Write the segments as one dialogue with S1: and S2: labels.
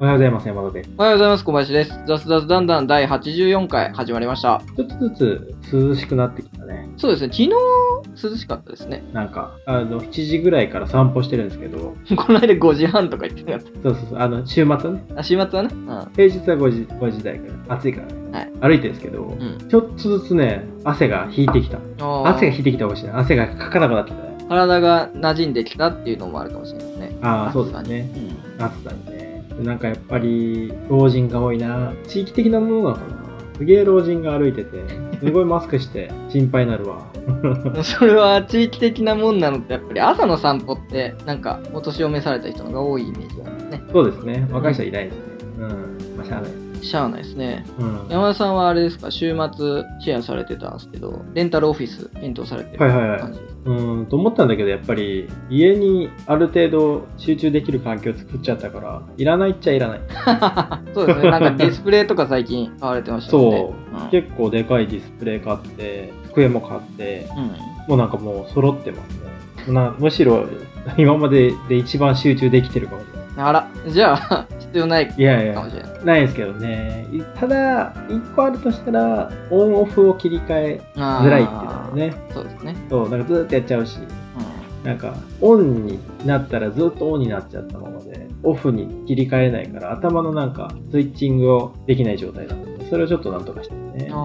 S1: おはようございます、山田です。
S2: おはようございます、小林です。雑雑だんだん第84回始まりました。
S1: ちょっとずつ涼しくなってきたね。
S2: そうですね、昨日涼しかったですね。
S1: なんか、あの、7時ぐらいから散歩してるんですけど、
S2: この間5時半とか言ってなかっ
S1: そうそうそう、あの、週末はね、
S2: た。あ、週末はね。うん。
S1: 平日は5時、5時台から、暑いからね、歩いてるんですけど、
S2: ん
S1: ちょっとずつね、汗が引いてきた。
S2: あー
S1: 汗が引いてきたかもしれない。汗がかかなくなってきたね。
S2: 体が馴染んできたっていうのもあるかもしれないですね。
S1: ああ、
S2: 暑
S1: そう
S2: さ
S1: だ
S2: に
S1: ね
S2: う。ん。
S1: 暑さにね。なんかやっぱり、老人が多いな。地域的なものなのかな。すげえ老人が歩いてて、すごいマスクして心配になる わ。
S2: それは地域的なもんなのってやっぱり朝の散歩ってなんかお年を召された人のが多いイメージなんですね
S1: そうですね。若い人はいないですね。うん。まあ、しゃあない。
S2: しゃあないですね
S1: うん。は
S2: 山田さんはあれですか週末シェアされてたんですけどレンタルオフィス検討されて
S1: い
S2: る
S1: はいは
S2: 感
S1: い。
S2: じです
S1: うん、と思ったんだけど、やっぱり、家にある程度集中できる環境を作っちゃったから、いらないっちゃいらない。
S2: そうですねなんかディスプレイとか最近買われてましたよね
S1: そう。結構でかいディスプレイ買って、机も買って、
S2: うん、うん
S1: もうなんかもう揃ってますね。なむしろ、今までで一番集中できてるかもしれない。
S2: あら、じゃあ、 必要ないか
S1: いやい
S2: も
S1: や
S2: し、れない。
S1: ないですけどね。いただ、一個あるとしたら、オンオフを切り替え
S2: あー
S1: づらいっていうのはね。
S2: そうですね。
S1: そう、なんかずーっとやっちゃうし。なんか、オンになったらずっとオンになっちゃったままで、オフに切り替えないから、頭のなんか、スイッチングをできない状態なんで、それをちょっとなんとかして
S2: う
S1: ね
S2: ん。。あ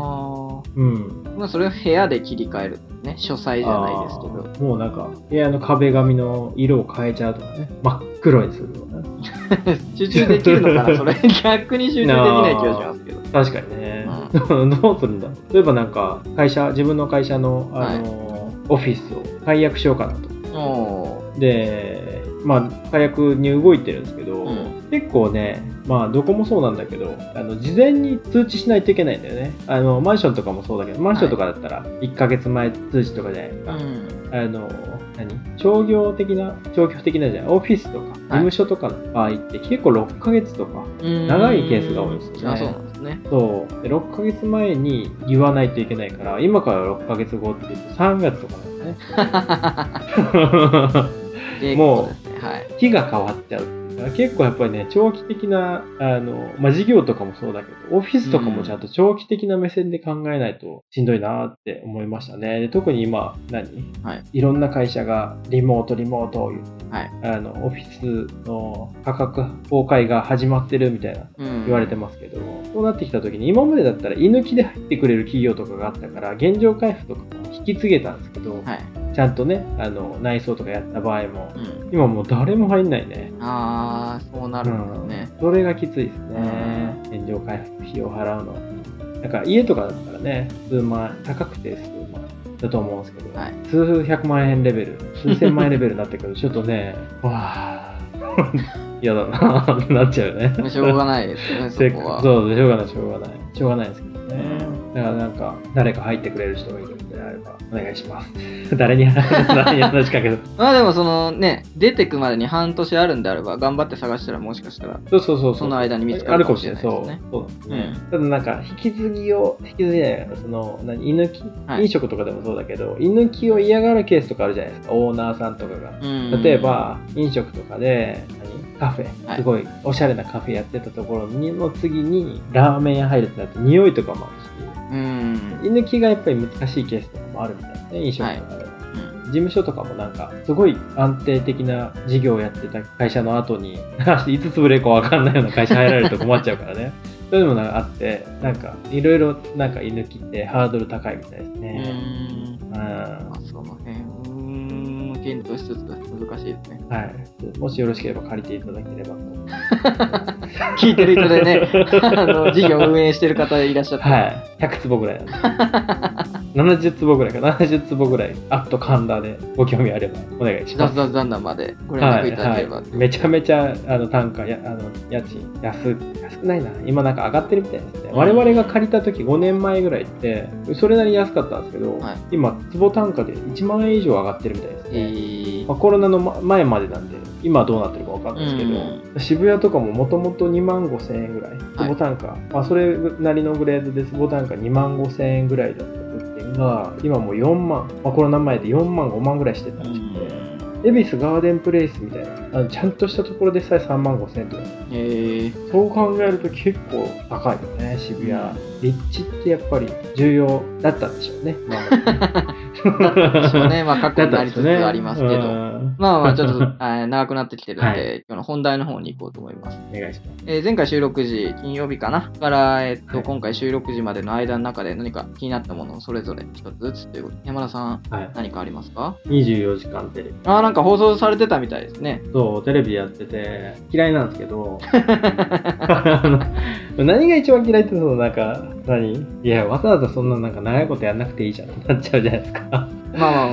S1: うん。
S2: あ。まあ、それを部屋で切り替える。ね、書斎じゃないですけど。
S1: あーもうなんか、部屋の壁紙の色を変えちゃうとかね、真っ黒にするとかね。
S2: 集中できるのかなそれ、 逆に集中できない気がしますけど。
S1: 確かにね。
S2: う
S1: どうするんだろう。例えばなんか、会社、自分の会社の、あのーオフィスを解約しようかなと。
S2: ん。お
S1: で、まあ、解約に動いてるんですけど、
S2: ーうん。
S1: 結構ね、まあ、どこもそうなんだけど、あの事前に通知しないといけないんだよね。あのマンションとかもそうだけど、マンションとかだったら1ヶ月前通知とかじゃないです
S2: う
S1: か。
S2: ん。
S1: あの何商業的な、商業的なじゃない、オフィスとか、事務所とかの場合って、結構6ヶ月とか、
S2: うん
S1: 長いケースが多いですよね
S2: あ、そうなんで すね。
S1: そう、で6ヶ月前に言わないといけないから、今から6ヶ月後って言って、3月とかなんですね。
S2: で
S1: もう
S2: こですね。はい。
S1: 日が変わっちゃうっていうか。結構やっぱりね、長期的な、あの、まあ、事業とかもそうだけど、オフィスとかもちゃんと長期的な目線で考えないとしんどいなって思いましたね。で特に今、何、
S2: はい、
S1: ろんな会社がリモート、リモートを言う。
S2: はい
S1: あの、オフィスの価格崩壊が始まってるみたいな
S2: うん。
S1: 言われてますけど、そうなってきた時に今までだったら居抜きで入ってくれる企業とかがあったから、現状回復とかも引き継げたんですけど、
S2: はい。
S1: ちゃんとね、あの、内装とかやった場合も、
S2: うん。
S1: 今もう誰も入んないね。
S2: ああ、そうなるんですね。
S1: それがきついですね。現状回復費を払うの。なんか家とかだったらね、数万円、高くて数万円だと思うんですけど、
S2: はい
S1: 数百万円レベル、数千万円レベルになって くると、ちょっとね、わー、 嫌だなーってなっちゃうよね。
S2: しょうがないですよね、
S1: せっ
S2: そこは。
S1: そう、しょうがない、しょうがない。しょうがないですけどね。
S2: うん
S1: だからなんか、誰か入ってくれる人がいるのであれば、お願いします。 誰に話誰に話しかける。
S2: まあでもそのね、出てくまでに半年あるんであれば、頑張って探したらもしかしたら、
S1: そうそうそうそう。
S2: その間に見つか
S1: あ
S2: る
S1: る
S2: か
S1: かも
S2: もし
S1: し
S2: れ
S1: れ
S2: な
S1: ないい
S2: で
S1: ですす
S2: ね
S1: ね。。そうただなんか引き継ぎを引き継ぎじゃないかその何居抜き、
S2: はい
S1: 飲食とかでもそうだけど居抜きを嫌がるケースとかあるじゃないですかオーナーさんとかが。
S2: うん
S1: 例え、ば飲食とかで何カフ
S2: は
S1: ェ
S2: い
S1: すごいおしゃれなカフェやってたところにの次にラーメン屋入るってなると匂いとかもある
S2: うん。
S1: し居抜きがやっぱり難しいケースとかもあるみたいですね飲食とかでも。
S2: うん
S1: 事務所とかもなんかすごい安定的な事業をやってた会社の後に いつ潰れるか分かんないような会社入られると困っちゃうからね そういうのもなんかあってなんかいろいろなんか居抜きってハードル高いみたいです
S2: う
S1: ね、
S2: ん。
S1: うん
S2: ま
S1: は
S2: あその辺、うん、検討しつつ難しいですね。
S1: い、もしよろしければ借りていただければと
S2: 聞いてる人でね、あの、事業運営してる方いらっしゃったら、
S1: はい100坪ぐらいなんで 70坪ぐらいか70坪ぐらいあと神田でご興味あればお願いし
S2: ザ
S1: ま
S2: ズ
S1: す
S2: ザズダンダンまでご連
S1: はい
S2: 絡いただければ。
S1: はい、めちゃめちゃあの単価やあの家賃安安くないな今なんか上がってるみたいですね
S2: うん
S1: 我々が借りた時5年前ぐらいってそれなりに安かったんですけど、
S2: はい
S1: 今坪単価で1万円以上上がってるみたいです
S2: え
S1: ね、
S2: ー
S1: まあ、コロナのま前までなんで今はどうなってるかわかんないですけど、
S2: う
S1: 渋谷とかももともと2万5千円ぐらい
S2: はい
S1: 坪単価、まあ、それなりのグレードで坪単価2万5千円ぐらいだった物件が今もう4万、まあ、コロナ前で4万5万ぐらいしてたんですけど、
S2: うん
S1: 恵比寿ガーデンプレイスみたいなあのちゃんとしたところでさえ3万5千円とか
S2: へえ
S1: そう考えると結構高いよね渋谷立地ってやっぱり重要だったんでしょうね、まあ
S2: でしょうね。まあ、過去
S1: だったでし
S2: になんり
S1: ょ
S2: つ
S1: う
S2: つ
S1: ね
S2: ありますけど。
S1: うん
S2: まあまあ、ちょっとあー長くなってきてるんで、
S1: は
S2: 今日の本題の方に行こうと思います。
S1: お願いします
S2: えー前回収録時、金曜日かなから、えっと、
S1: はい
S2: 今回収録時までの間の中で何か気になったものをそれぞれ一つずつということで、山田さん、
S1: はい、
S2: 何かありますか
S1: 24時間テレビ
S2: ああ、なんか放送されてたみたいですね。
S1: そうテレビやってて嫌いなんですけどあの 何が一番嫌いってそのなんか何いやわざわざそんななんか長いことやんなくていいじゃんってなっちゃうじゃないですか
S2: まあまあまあ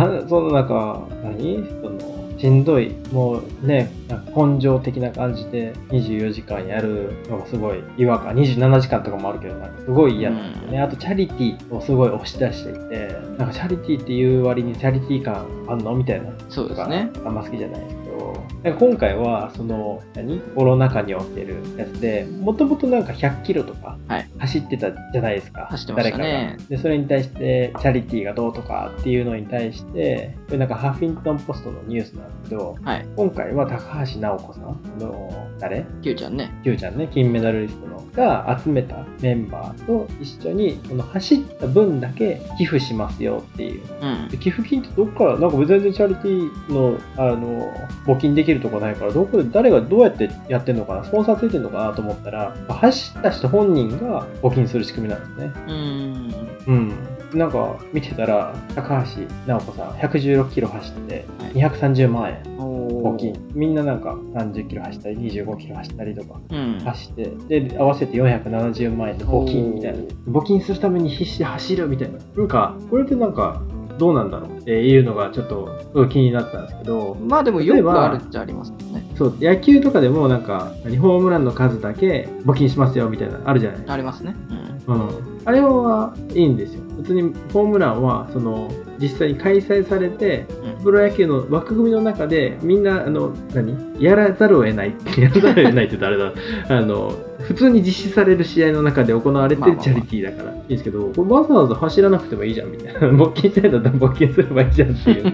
S2: まあ
S1: なそのなんか何そのしんどいもうねなんか根性的な感じで24時間やるのがすごい違和感27時間とかもあるけどなんかすごい嫌なんですよね、あとチャリティーをすごい押し出していてなんかチャリティーっていう割にチャリティー感あんのみたいな
S2: そう
S1: と
S2: で
S1: か
S2: すね。
S1: あんま好きじゃないですけどなんか今回はその何コロナ禍におけるやつでもともとなんか100キロとか
S2: はい
S1: 走ってたじゃないですか、
S2: 走ってました
S1: 誰
S2: ね
S1: かがでそれに対してチャリティーがどうとかっていうのに対してこれなんかハーフィントンポストのニュースなんですけど
S2: はい。
S1: 今回は高橋尚子さんの誰
S2: Q ちゃんね。
S1: Q ちゃんね金メダルリストのが集めたメンバーと一緒にその走った分だけ寄付しますよっていう
S2: うん
S1: で。寄付金ってどっからなんか全然チャリティーのあの募金できるとこないからどこで誰がどうやってやってんのかなスポンサーついてんのかなと思ったら走った人本人が募金する仕組みなんですね
S2: うーん。
S1: うんなんか見てたら高橋尚子さん116キロ走って
S2: はい
S1: 230万円
S2: おー
S1: 募金みんななんか30キロ走ったり25キロ走ったりとか
S2: うん。
S1: 走ってで合わせて470万円の募金みたいな
S2: お
S1: 募金するために必死で走るみたいななんかこれってなんかどうなんだろうっていうのがちょっとうん気になったんですけど
S2: まあでも
S1: 例え
S2: よく
S1: ば
S2: あるっちゃありますよね。
S1: そう野球とかでもなんか何ホームランの数だけ募金しますよみたいなのあるじゃない
S2: ありますね。うん。
S1: うん、あれはいいんですよ別にホームランはその実際に開催されて
S2: うん
S1: プロ野球の枠組みの中でみんなあの何やらざるを得ない やらざるを得ないって誰だあの普通に実施される試合の中で行われて
S2: まあま
S1: る
S2: あまあ
S1: チャリティーだから、いいですけどこれわざわざ走らなくてもいいじゃんみ たいな募金したいんだったら募金すればいいじゃんっていう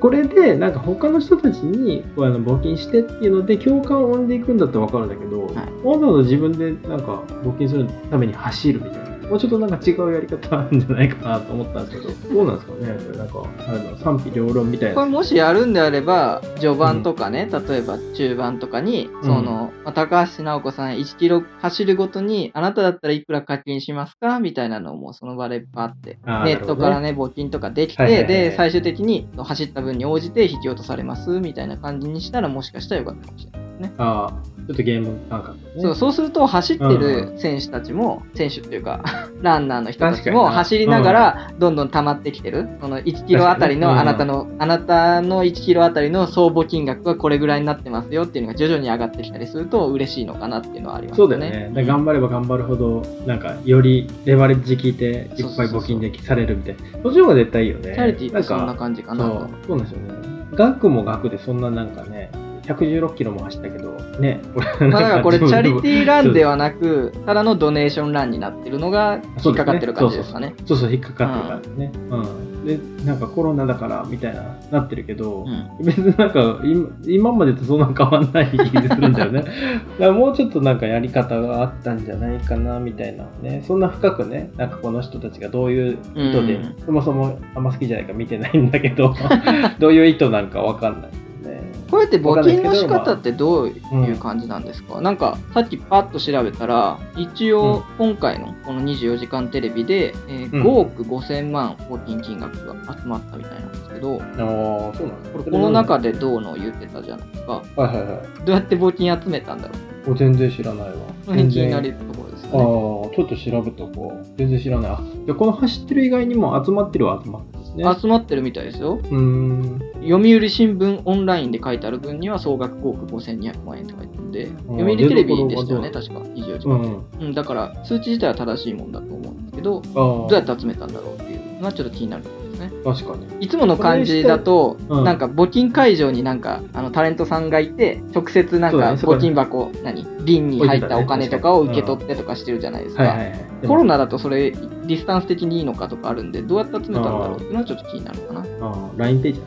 S1: これでなんか他の人たちにこうあの募金してっていうので共感を生んでいくんだったら分かるんだけど、わざわざ自分でなんか募金するために走るみたいな。もうちょっとなんか違うやり方あるんじゃないかなと思ったんですけど、どうなんですかねこれなんか、あの、賛否両論みたい
S2: これ
S1: な。
S2: もしやるんであれば序盤とかね、例えば中盤とかにその、まあ高橋尚子さん1キロ走るごとにあなただったらいくら課金しますかみたいなのをもうその場でパって
S1: あー
S2: ネットからね募金とかできて、
S1: はいはいはい
S2: で最終的に走った分に応じて引き落とされますみたいな感じにしたらもしかしたらよかったかもしれない。
S1: ああ、ちょっとゲーム感覚、ね。
S2: そうそうすると走って
S1: う
S2: る選手たちも、選手っていうか ランナーの人た
S1: 確
S2: ち
S1: かに
S2: も
S1: な
S2: 走りながらどんどん溜まってきてる、その1キロあたり
S1: 確
S2: の
S1: かに
S2: あなたの、あなたの1キロあたりの総募金額はこれぐらいになってますよっていうのが徐々に上がってきたりすると嬉しいのかなっていうのはあります
S1: そ
S2: ね
S1: うだよね。だから頑張れば頑張るほど、なんか、よりレバレッジ効いて、いっぱい募金できされるみたいな。そっちの方が絶対いいよね。
S2: チャリティーってそん
S1: な
S2: なん
S1: か
S2: 感じかな
S1: そ
S2: と
S1: うそうなんですよね。額も額でそんななんかね、116キロも走ったけど、ね。
S2: まあだ からこれチャリテ
S1: ィー
S2: ィーランではなくただのドネーションランになってるのが引っかかってる感じですかね
S1: そうそう、引っかかってたんですね。うん。で、なんかコロナだから、みたいな、なってるけど、
S2: うん
S1: 別になんか今今までとそんな変わんない気がするんだよ ねだからもうちょっとなんかやり方があったんじゃないかなみたいなねそんな深くねなんかこの人たちがどういう意図で、
S2: うん
S1: そもそもあんま好きじゃないから見てないんだけど どういう意図なんかわかんないよね
S2: こうやって募金の仕
S1: わか
S2: 方
S1: んないですけどまあ
S2: ってどういう感じなんですか、なんかさっきパッと調べたら一応今回のこの『24時間テレビで』えー
S1: うん
S2: 5億5000万募金金額が集まったみたいなんですけど、
S1: ああそうなんです
S2: これこの中でどうの言ってたじゃないですか
S1: はいはいはい
S2: どうやって募金集めたんだろう
S1: お全然知らないわ
S2: この辺気になるところです
S1: ああ
S2: よね
S1: ちょっと調べとこう全然知らないあじゃあこの走ってる以外にも集まってるは集まってるんですね
S2: 集まってるみたいですよ
S1: うーん
S2: 読売新聞オンラインで書いてある分には総額5億5200万円って書いてあるんで読売テレビでしたよね確か24時
S1: う
S2: 間テレビ、
S1: ん
S2: うん、だから数値自体は正しいもんだと思うんですけど
S1: あ
S2: どうやって集めたんだろうっていうのはちょっと気になるところですね。
S1: 確かに。
S2: いつもの感じだと、
S1: うん
S2: なんか募金会場になんかあのタレントさんがいて直接なん
S1: そうだ
S2: か
S1: ねそこ
S2: 募
S1: に
S2: 金箱、何瓶に入ったお金とかを
S1: 置
S2: 受
S1: いて
S2: け
S1: たね
S2: 取ってとかしてるじゃないです
S1: はいは
S2: か。
S1: いはい。
S2: コロ
S1: ナ
S2: ナだとそれディスタンス的にいいのかとかあるんでどうやって集めたんだろうっていうのはちょっと気になるかな。
S1: LINE ページ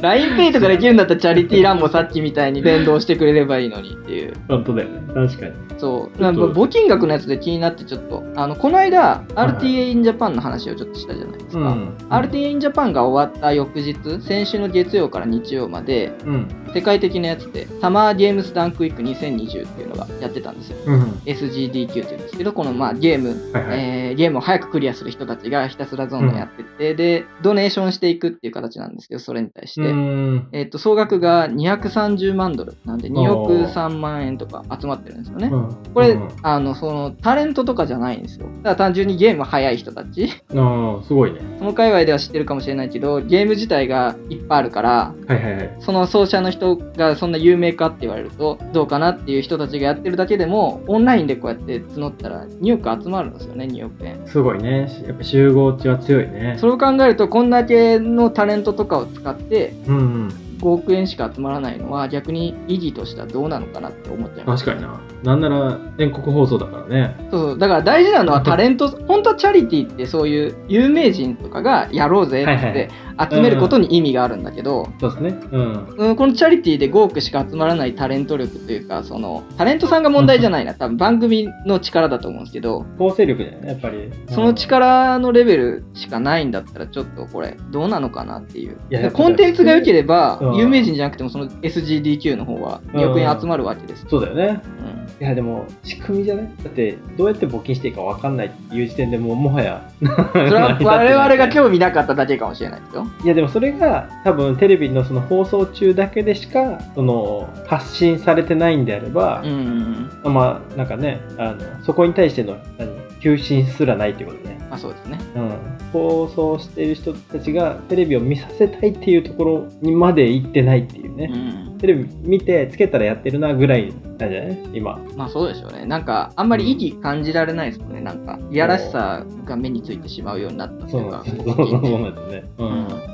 S2: LINEPay とかできるんだったらチャリティーランもさっきみたいに連動してくれればいいのにっていう。
S1: 本当だよね。確かに。
S2: そう。
S1: ちょ
S2: な
S1: っ
S2: ん
S1: と
S2: か募金額のやつで気になってちょっと、あの、この間、
S1: はい
S2: RTA in Japan の話をちょっとしたじゃないですか。
S1: うん。
S2: RTA in Japan が終わった翌日、先週の月曜から日曜まで、
S1: うん。
S2: 世界的なやつで、サマーゲームスダンクウィーク2020っていうのがやってたんですよ。
S1: うん。
S2: SGDQ っていうんですけど、このまあゲーム、
S1: はいはい。
S2: えーゲームを早くクリアする人たちがひたすらどんどんやってって、で、ドネーションしていくっていう形なんですけど、それに対して。
S1: うん。
S2: えっと総額が230万ドルなんで2億3万円とか集まってるんですよね。これ、
S1: うん
S2: あのそのタレントとかじゃないんですよ。ただ単純にゲーム早い人たち、
S1: ああ、すごいね。
S2: その界隈では知ってるかもしれないけど、ゲーム自体がいっぱいあるから、
S1: はいはいはい。
S2: その奏者の人がそんな有名かって言われると、どうかなっていう人たちがやってるだけでも、オンラインでこうやって募ったら2億集まるんですよね、2億円。
S1: すごいね。やっぱ集合値は強いね。
S2: それを考えると、こんだけのタレントとかを使って、
S1: うんうん。
S2: 5億円しか集まらないのは逆に意義としてはどうなのかなって思っちゃいます
S1: 確かにな。なんなら全国放送だからね。
S2: そうそうだから大事なのはタレント本当はチャリティーってそういう有名人とかがやろうぜっ
S1: はいはい
S2: て集めることに意味があるんだけど、
S1: そうですね。うん。
S2: うん、このチャリティーで5億しか集まらないタレント力というかそのタレントさんが問題じゃないな多分番組の力だと思うんですけど
S1: 構成力だよね、やっぱり。
S2: その力のレベルしかないんだったらちょっとこれどうなのかなっていう
S1: いややっぱ
S2: コンテンツが良ければ
S1: うん
S2: 有名人じゃなくてもその SGDQ の方は2億円集まるわけです、
S1: そうだよね。
S2: うん
S1: いや、でも、仕組みじゃないだって、どうやって募金していいか分かんないっていう時点でもう、もはや。それ
S2: それは我々が
S1: 日。
S2: 興味なかっただけかもしれないですよ。
S1: いや、でもそれが、多分テレビのその放送中だけでしか、その、発信されてないんであれば
S2: う、ん、
S1: まあ、なんかね、あの、そこに対しての、何、求心すらないってことね。
S2: まあそうですね。
S1: うん、放送している人たちがテレビを見させたいっていうところにまで行ってないっていう
S2: う
S1: ね、
S2: ん、
S1: テレビ見てつけたらやってるなぐらいなんじゃない今
S2: まあそうでしょうね。なんかあんまり意義感じられないですもんね。なんかいやらしさが目についてしまうようになったと
S1: そ
S2: いうう
S1: なん
S2: か
S1: ですよ、
S2: こ
S1: そう
S2: こ
S1: そうそ
S2: に
S1: うなんですね、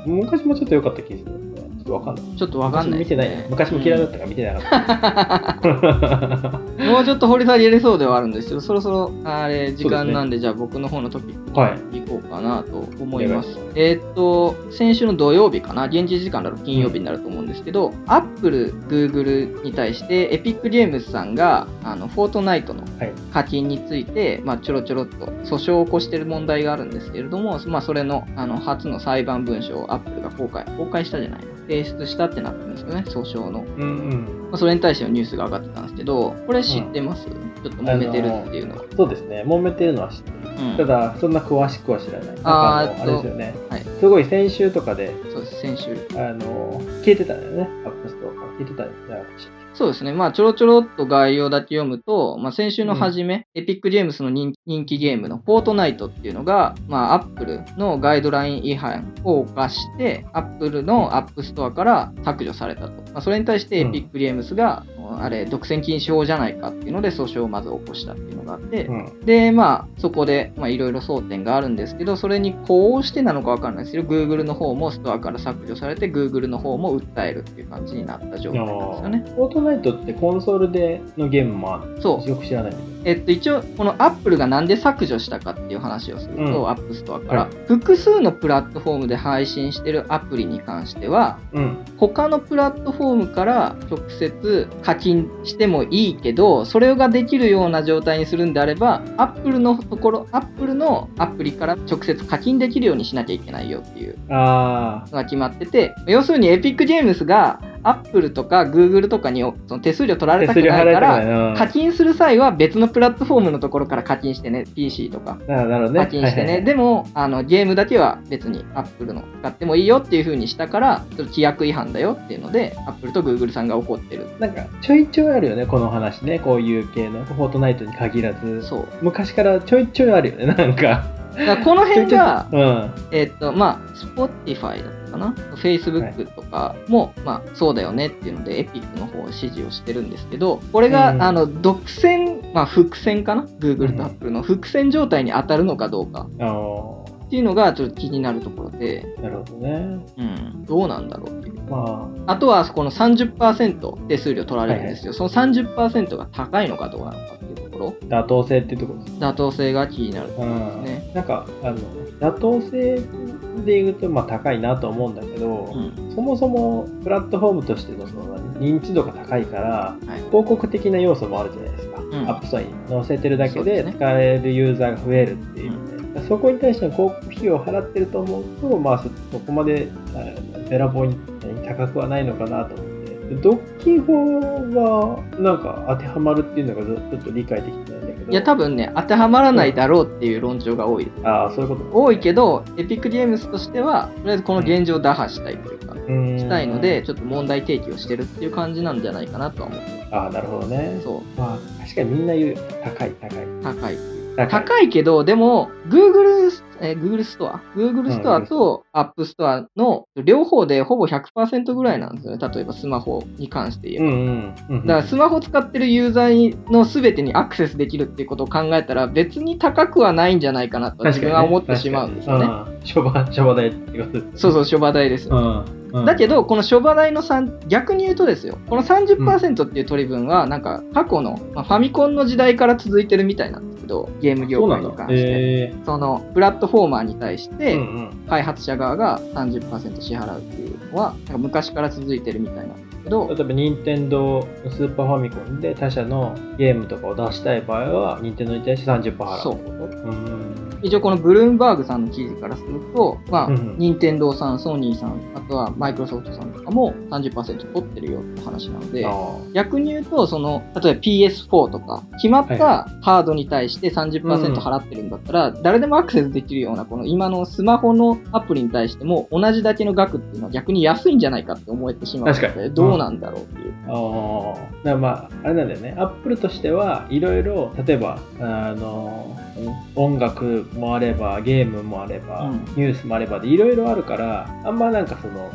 S1: うん、昔もちょっと良かった気がするんだよねちょっとわかんない
S2: ちょっとわかんな
S1: 昔も
S2: い
S1: 見てない、ね、昔も嫌いだったから見てなかった、
S2: うんもうちょっと掘り下げれそうではあるんですけど、そろそろあれ時間なんで、じゃあ僕の方のトピック
S1: はい
S2: 行こうかなと思います。
S1: お願いし
S2: えーっと、先週の土曜日かな、現地時間だと金曜日になると思うんですけど、Apple、Google に対して、エピックゲームズさんが、あの、フォートナイトの
S1: はい
S2: 課金について、まあ、ちょろちょろっと訴訟を起こしている問題があるんですけれども、まあ、それの、あの、初の裁判文書を Apple が公開、公開したじゃない提出したってなってるんですよね、訴訟の。
S1: うんうん、
S2: まあそれに対してのニュースが上がってたんですけど、これ知ってます、ちょっと揉めてるっていうのは。
S1: そうですね揉めてるのは知ってる
S2: うん
S1: ただそんな詳しくは知らないなんかあの
S2: あー
S1: あれですよね、
S2: はい
S1: すごい先週とかで
S2: そうです、先週。
S1: あの消えてたんだよねアップストアから消えてたんだよね
S2: そうですね。まあ、ちょろちょろっと概要だけ読むと、まあ、先週の初め、エピックゲームスの人人気ゲームのフォートナイトっていうのが、まあ、アップルのガイドライン違反を犯して、アップルのアップストアから削除されたと。まあ、それに対してエ
S1: うん
S2: ピックゲームスが、あれ、独占禁止法じゃないかっていうので、訴訟をまず起こしたっていうのがあって、
S1: うん
S2: で、まあ、そこで、まあ、いろいろ争点があるんですけど、それにこうしてなのかわかんないですけど、Google の方もストアから削除されて、Google の方も訴えるっていう感じになった状態なんですよね。
S1: フォートナイトってコンソールでのゲームもある
S2: そう。
S1: よく知らないんだけ
S2: えっと、一応、この Apple がなんで削除したかっていう話をすると、
S1: うん
S2: App Store から、
S1: は
S2: 複数のプラットフォームで配信してるアプリに関しては、
S1: ど、うん、
S2: 他のプラットフォームから直接課金してもいいけど、それができるような状態にするんであれば、Apple のところ、Apple のアプリから直接課金できるようにしなきゃいけないよっていう
S1: ああ
S2: が決まってて、要するにエピックゲームスが Apple とか Google とかにその手数料取られたくないから、
S1: ら
S2: 課金する際は別のプラットフォームのところから課金してね PC とか
S1: ななるほどね
S2: 課金してね、
S1: はいはい
S2: でもあのゲームだけは別に Apple の使ってもいいよっていう風にしたからちょっと規約違反だよっていうので Apple と Google さんが怒ってる
S1: なんかちょいちょいあるよねこの話ねこういう系のフォートナイトに限らず
S2: そう
S1: 昔からちょいちょいあるよねなんか
S2: だからこの辺が
S1: うん
S2: えっとまあ Spotify だったかな Facebook とかも、まあそうだよねっていうので Epic の方支持をしてるんですけどこれが、
S1: うん
S2: あの独占まあ伏線かな Google
S1: うん
S2: と Apple の伏線状態に当たるのかどうか
S1: あのー
S2: っていうのがちょっと気になるところで、
S1: なるほどね。
S2: うん、どうなんだろうっていう。
S1: ま
S2: あとは、この30%手数料取られるんですよ。その30%が高いのかどうなのかっていうところ、
S1: あ、妥当性ってとこです。
S2: 妥当性が気になる。
S1: うん。
S2: ね
S1: なんか、あの、妥当性で言うと、まあ高いなと思うんだけど、
S2: うん。
S1: そもそもプラットフォームとしてのその認知度が高いから、
S2: はい
S1: 広告的な要素もあるじゃないですか、
S2: ん
S1: アップサインに載せてるだけで
S2: そうですね
S1: 使えるユーザーが増えるっていうね、そこに対しての広告費用を払ってると思うと、まあ、そそこまであべらぼうに高くはないのかなと思ってでドッキー法はなんか当てはまるっていうのがずちょっと理解できてないんだけど
S2: いや、多分ね、当てはまらないだろうっていう論調が多い。
S1: ああそういうこと
S2: 多いけど、エピックゲームスとしては、とりあえずこの現状を打破したいというか、
S1: うん
S2: したいので、ちょっと問題提起をしてるっていう感じなんじゃないかなとは思う。
S1: ああなるほどね
S2: そう、
S1: まあ確かにみんな言うよ高い高い
S2: 高
S1: 高
S2: い。
S1: い
S2: 高いけど、でも、Google ス、えー Google ストア ?Google ストアと App ストアの両方でほぼ100%ぐらいなんですよね。例えばスマホに関して言え
S1: うん
S2: ば。
S1: うんうんうん
S2: だからスマホ使ってるユーザーの全てにアクセスできるっていうことを考えたら別に高くはないんじゃないかなと自分は思ってしまうんですよね。
S1: ね。諸場、諸場代ってことですね
S2: そうそう、諸話題ですよ。
S1: うん。うん。
S2: だけど、この諸話題の3、逆に言うとですよ、この30%っていう取り分は、なんか過去の、まあファミコンの時代から続いてるみたいなんですけど、ゲーム業界に関して。
S1: え
S2: そのプラットフォーマーに対し
S1: え
S2: て
S1: ん
S2: 開発者側が30%支払うっていうのはなんか昔から続いてるみたいなんですけど
S1: うん、例えば、任天堂のスーパーファミコンで他社のゲームとかを出したい場合は、任天堂に対して30%払う。
S2: そう
S1: うん。
S2: 一応このブルームバーグさんの記事からするとまあ
S1: うんうん
S2: 任天堂さんソニーさんあとはマイクロソフトさんとかも30%取ってるよって話なので
S1: あー
S2: 逆に言うとその例えば PS4 とか決まっ
S1: はい
S2: たハードに対して
S1: うん
S2: 30%払ってるんだったら誰でもアクセスできるようなこの今のスマホのアプリに対しても同じだけの額っていうのは逆に安いんじゃないかって思えてしまうの
S1: 確かに
S2: でどうなんだろうっていう。
S1: あー。だからまあ、あれなんだよね。アップルとしてはいろいろ、例えば、あの、音楽もあれば、ゲームもあれば、
S2: うん
S1: ニュースもあればで、いろいろあるから、あんまなんかその、あの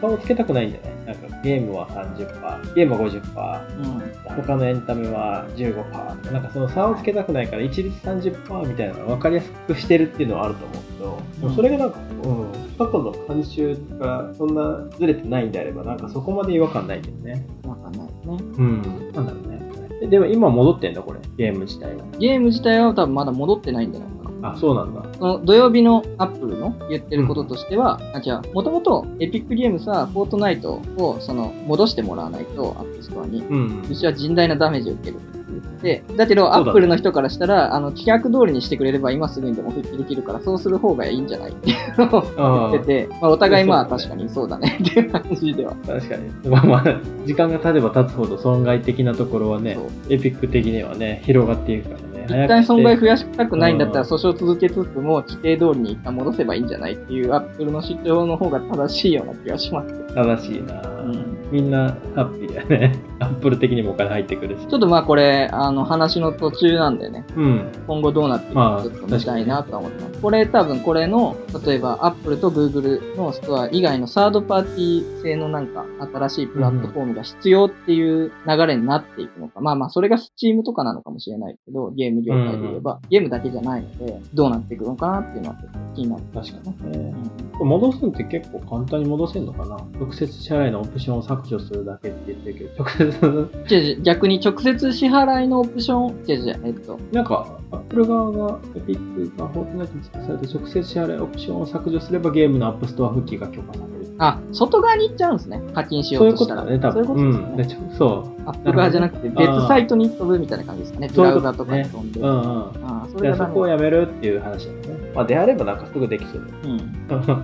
S1: 差をつけたくないんじゃないなんかゲームは30%、ゲームは50%、
S2: うん
S1: 他のエンタメは15%とか、なんかその差をつけたくないから、一律30%みたいなのが分かりやすくしてるっていうのはあると思うけど、でもそれがなんか、うん、過去の慣習がそんなずれてないんであれば、なんかそこまで違和感ないけどね。
S2: わかんないですね。
S1: うん。なんだろうね。えでも今戻ってんだ、これ、ゲーム自体は。
S2: ゲーム自体は多分まだ戻ってないんじゃないかな。
S1: あ、そうなんだ。
S2: その土曜日のアップルの言ってることとしては、あじゃあ、もともとエピックゲームスはフォートナイトをその戻してもらわないと、アップストアに。
S1: うん。
S2: うちは甚大なダメージを受けるって言って、だけど、
S1: だ
S2: ア
S1: ね
S2: ップルの人からしたら、あの、規約通りにしてくれれば今すぐにでも復帰できるから、そうする方がいいんじゃないっていうのを
S1: あー
S2: 言ってて、まあ、お互いまあ
S1: そうだね
S2: 確かにそうだねっていう感じでは。
S1: 確かに。まあまあ、時間が経てば経つほど損害的なところはね
S2: そう、
S1: エピック的にはね、広がっていくからね。
S2: 一旦損害増やしたくないんだったら
S1: うん
S2: 訴訟を続けつつも規定通りに一旦戻せばいいんじゃないっていうアップルの主張の方が正しいような気がします。
S1: 正しいな、
S2: ん
S1: みんなハッピーだよね アップル的にもお金入ってくるし
S2: ちょっとまあこれ、あの話の途中なんでね、
S1: うん
S2: 今後どうなっていく
S1: ま
S2: か
S1: あ
S2: ちょっと見たいなとは思ってます。これ多分これの、例えば Apple と Google のストア以外のサードパーティー製のなんか新しいプラットフォームが必要っていう流れになっていくのか。まあまあそれが Steam とかなのかもしれないけど、ゲーム業界で言えば、ゲームだけじゃないので、どうなっていくのかなっていうのはちょっと気になる。
S1: 確かにね戻すって結構簡単に戻せんのかな直接支払いのオプションを削除するだけって言ってるけど直接
S2: 違う違う逆に直接支払いのオプション、違う違う、えっと、
S1: なんかアップル側がエピックがフォートナイトに付けされて直接支払いオプションを削除すればゲームのアップストア復帰が許可される
S2: あ、外側に行っちゃうんですね。課金しよ
S1: そう
S2: う
S1: いう
S2: と
S1: こ
S2: し
S1: と
S2: たら。
S1: だね多分
S2: そういうことですよね。
S1: うんでちょそう
S2: アップ側じゃなくて、別サイトに飛ぶみたいな感じですかね。ブ
S1: そうい
S2: ラ
S1: うこ
S2: ウ
S1: と
S2: ザとかに飛んで。
S1: う
S2: あ
S1: んうん
S2: あ、そ
S1: い
S2: れ
S1: や
S2: が
S1: そ
S2: ダ
S1: こを
S2: メだ。
S1: やめるっていう話だよね。まあ、であればなんかすぐできそうだよね
S2: うん。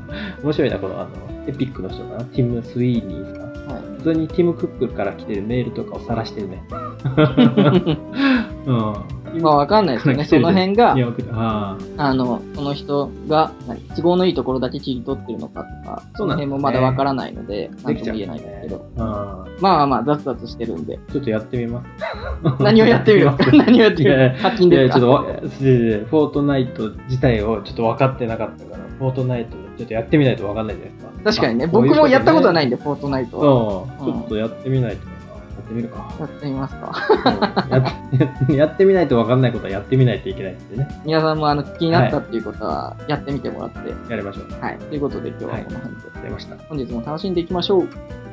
S1: 面白いな、このあのエピックの人かな、ティム・スウィーニーさん。
S2: は
S1: 普通にティム・クックから来てるメールとかを晒してる ね。
S2: い。
S1: うん。
S2: まあ、わかんないですよね。その辺が
S1: い、や僕ああ
S2: あの、その人が、何都合のいいところだけ切り取ってるのかとか、
S1: そ
S2: そう
S1: な
S2: の
S1: んですね
S2: 辺もまだわからないので、な
S1: で
S2: ん
S1: き
S2: と
S1: ちゃ
S2: も
S1: う
S2: 言えないですけど。
S1: あ
S2: まあまあまあ、雑々してるんで。
S1: あ、ちょっとやってみ ます。
S2: 何を やってみる何をやってみ
S1: いやいや
S2: る課金
S1: い
S2: です
S1: や、
S2: か
S1: ちょっとわ、いやいやフォートナイト自体をちょっと分かってなかったから、フォートナイトちょっとやってみないと分かんないじゃないですか。
S2: 確かにね、
S1: あこう
S2: 僕もやったことはないいんで、フォートナイト
S1: う
S2: は。
S1: ことね。うん。ちょっとやってみないとな。ってみるか。
S2: やってみますか。
S1: やっやってみないと分かんないことはやってみないといけないんでね。
S2: 皆さんもあの気になったっていうことはやってみてもらって。
S1: やりましょう。
S2: はい。ということで今日はこの辺で。
S1: 出ました。
S2: 本日も楽しんでいきましょう。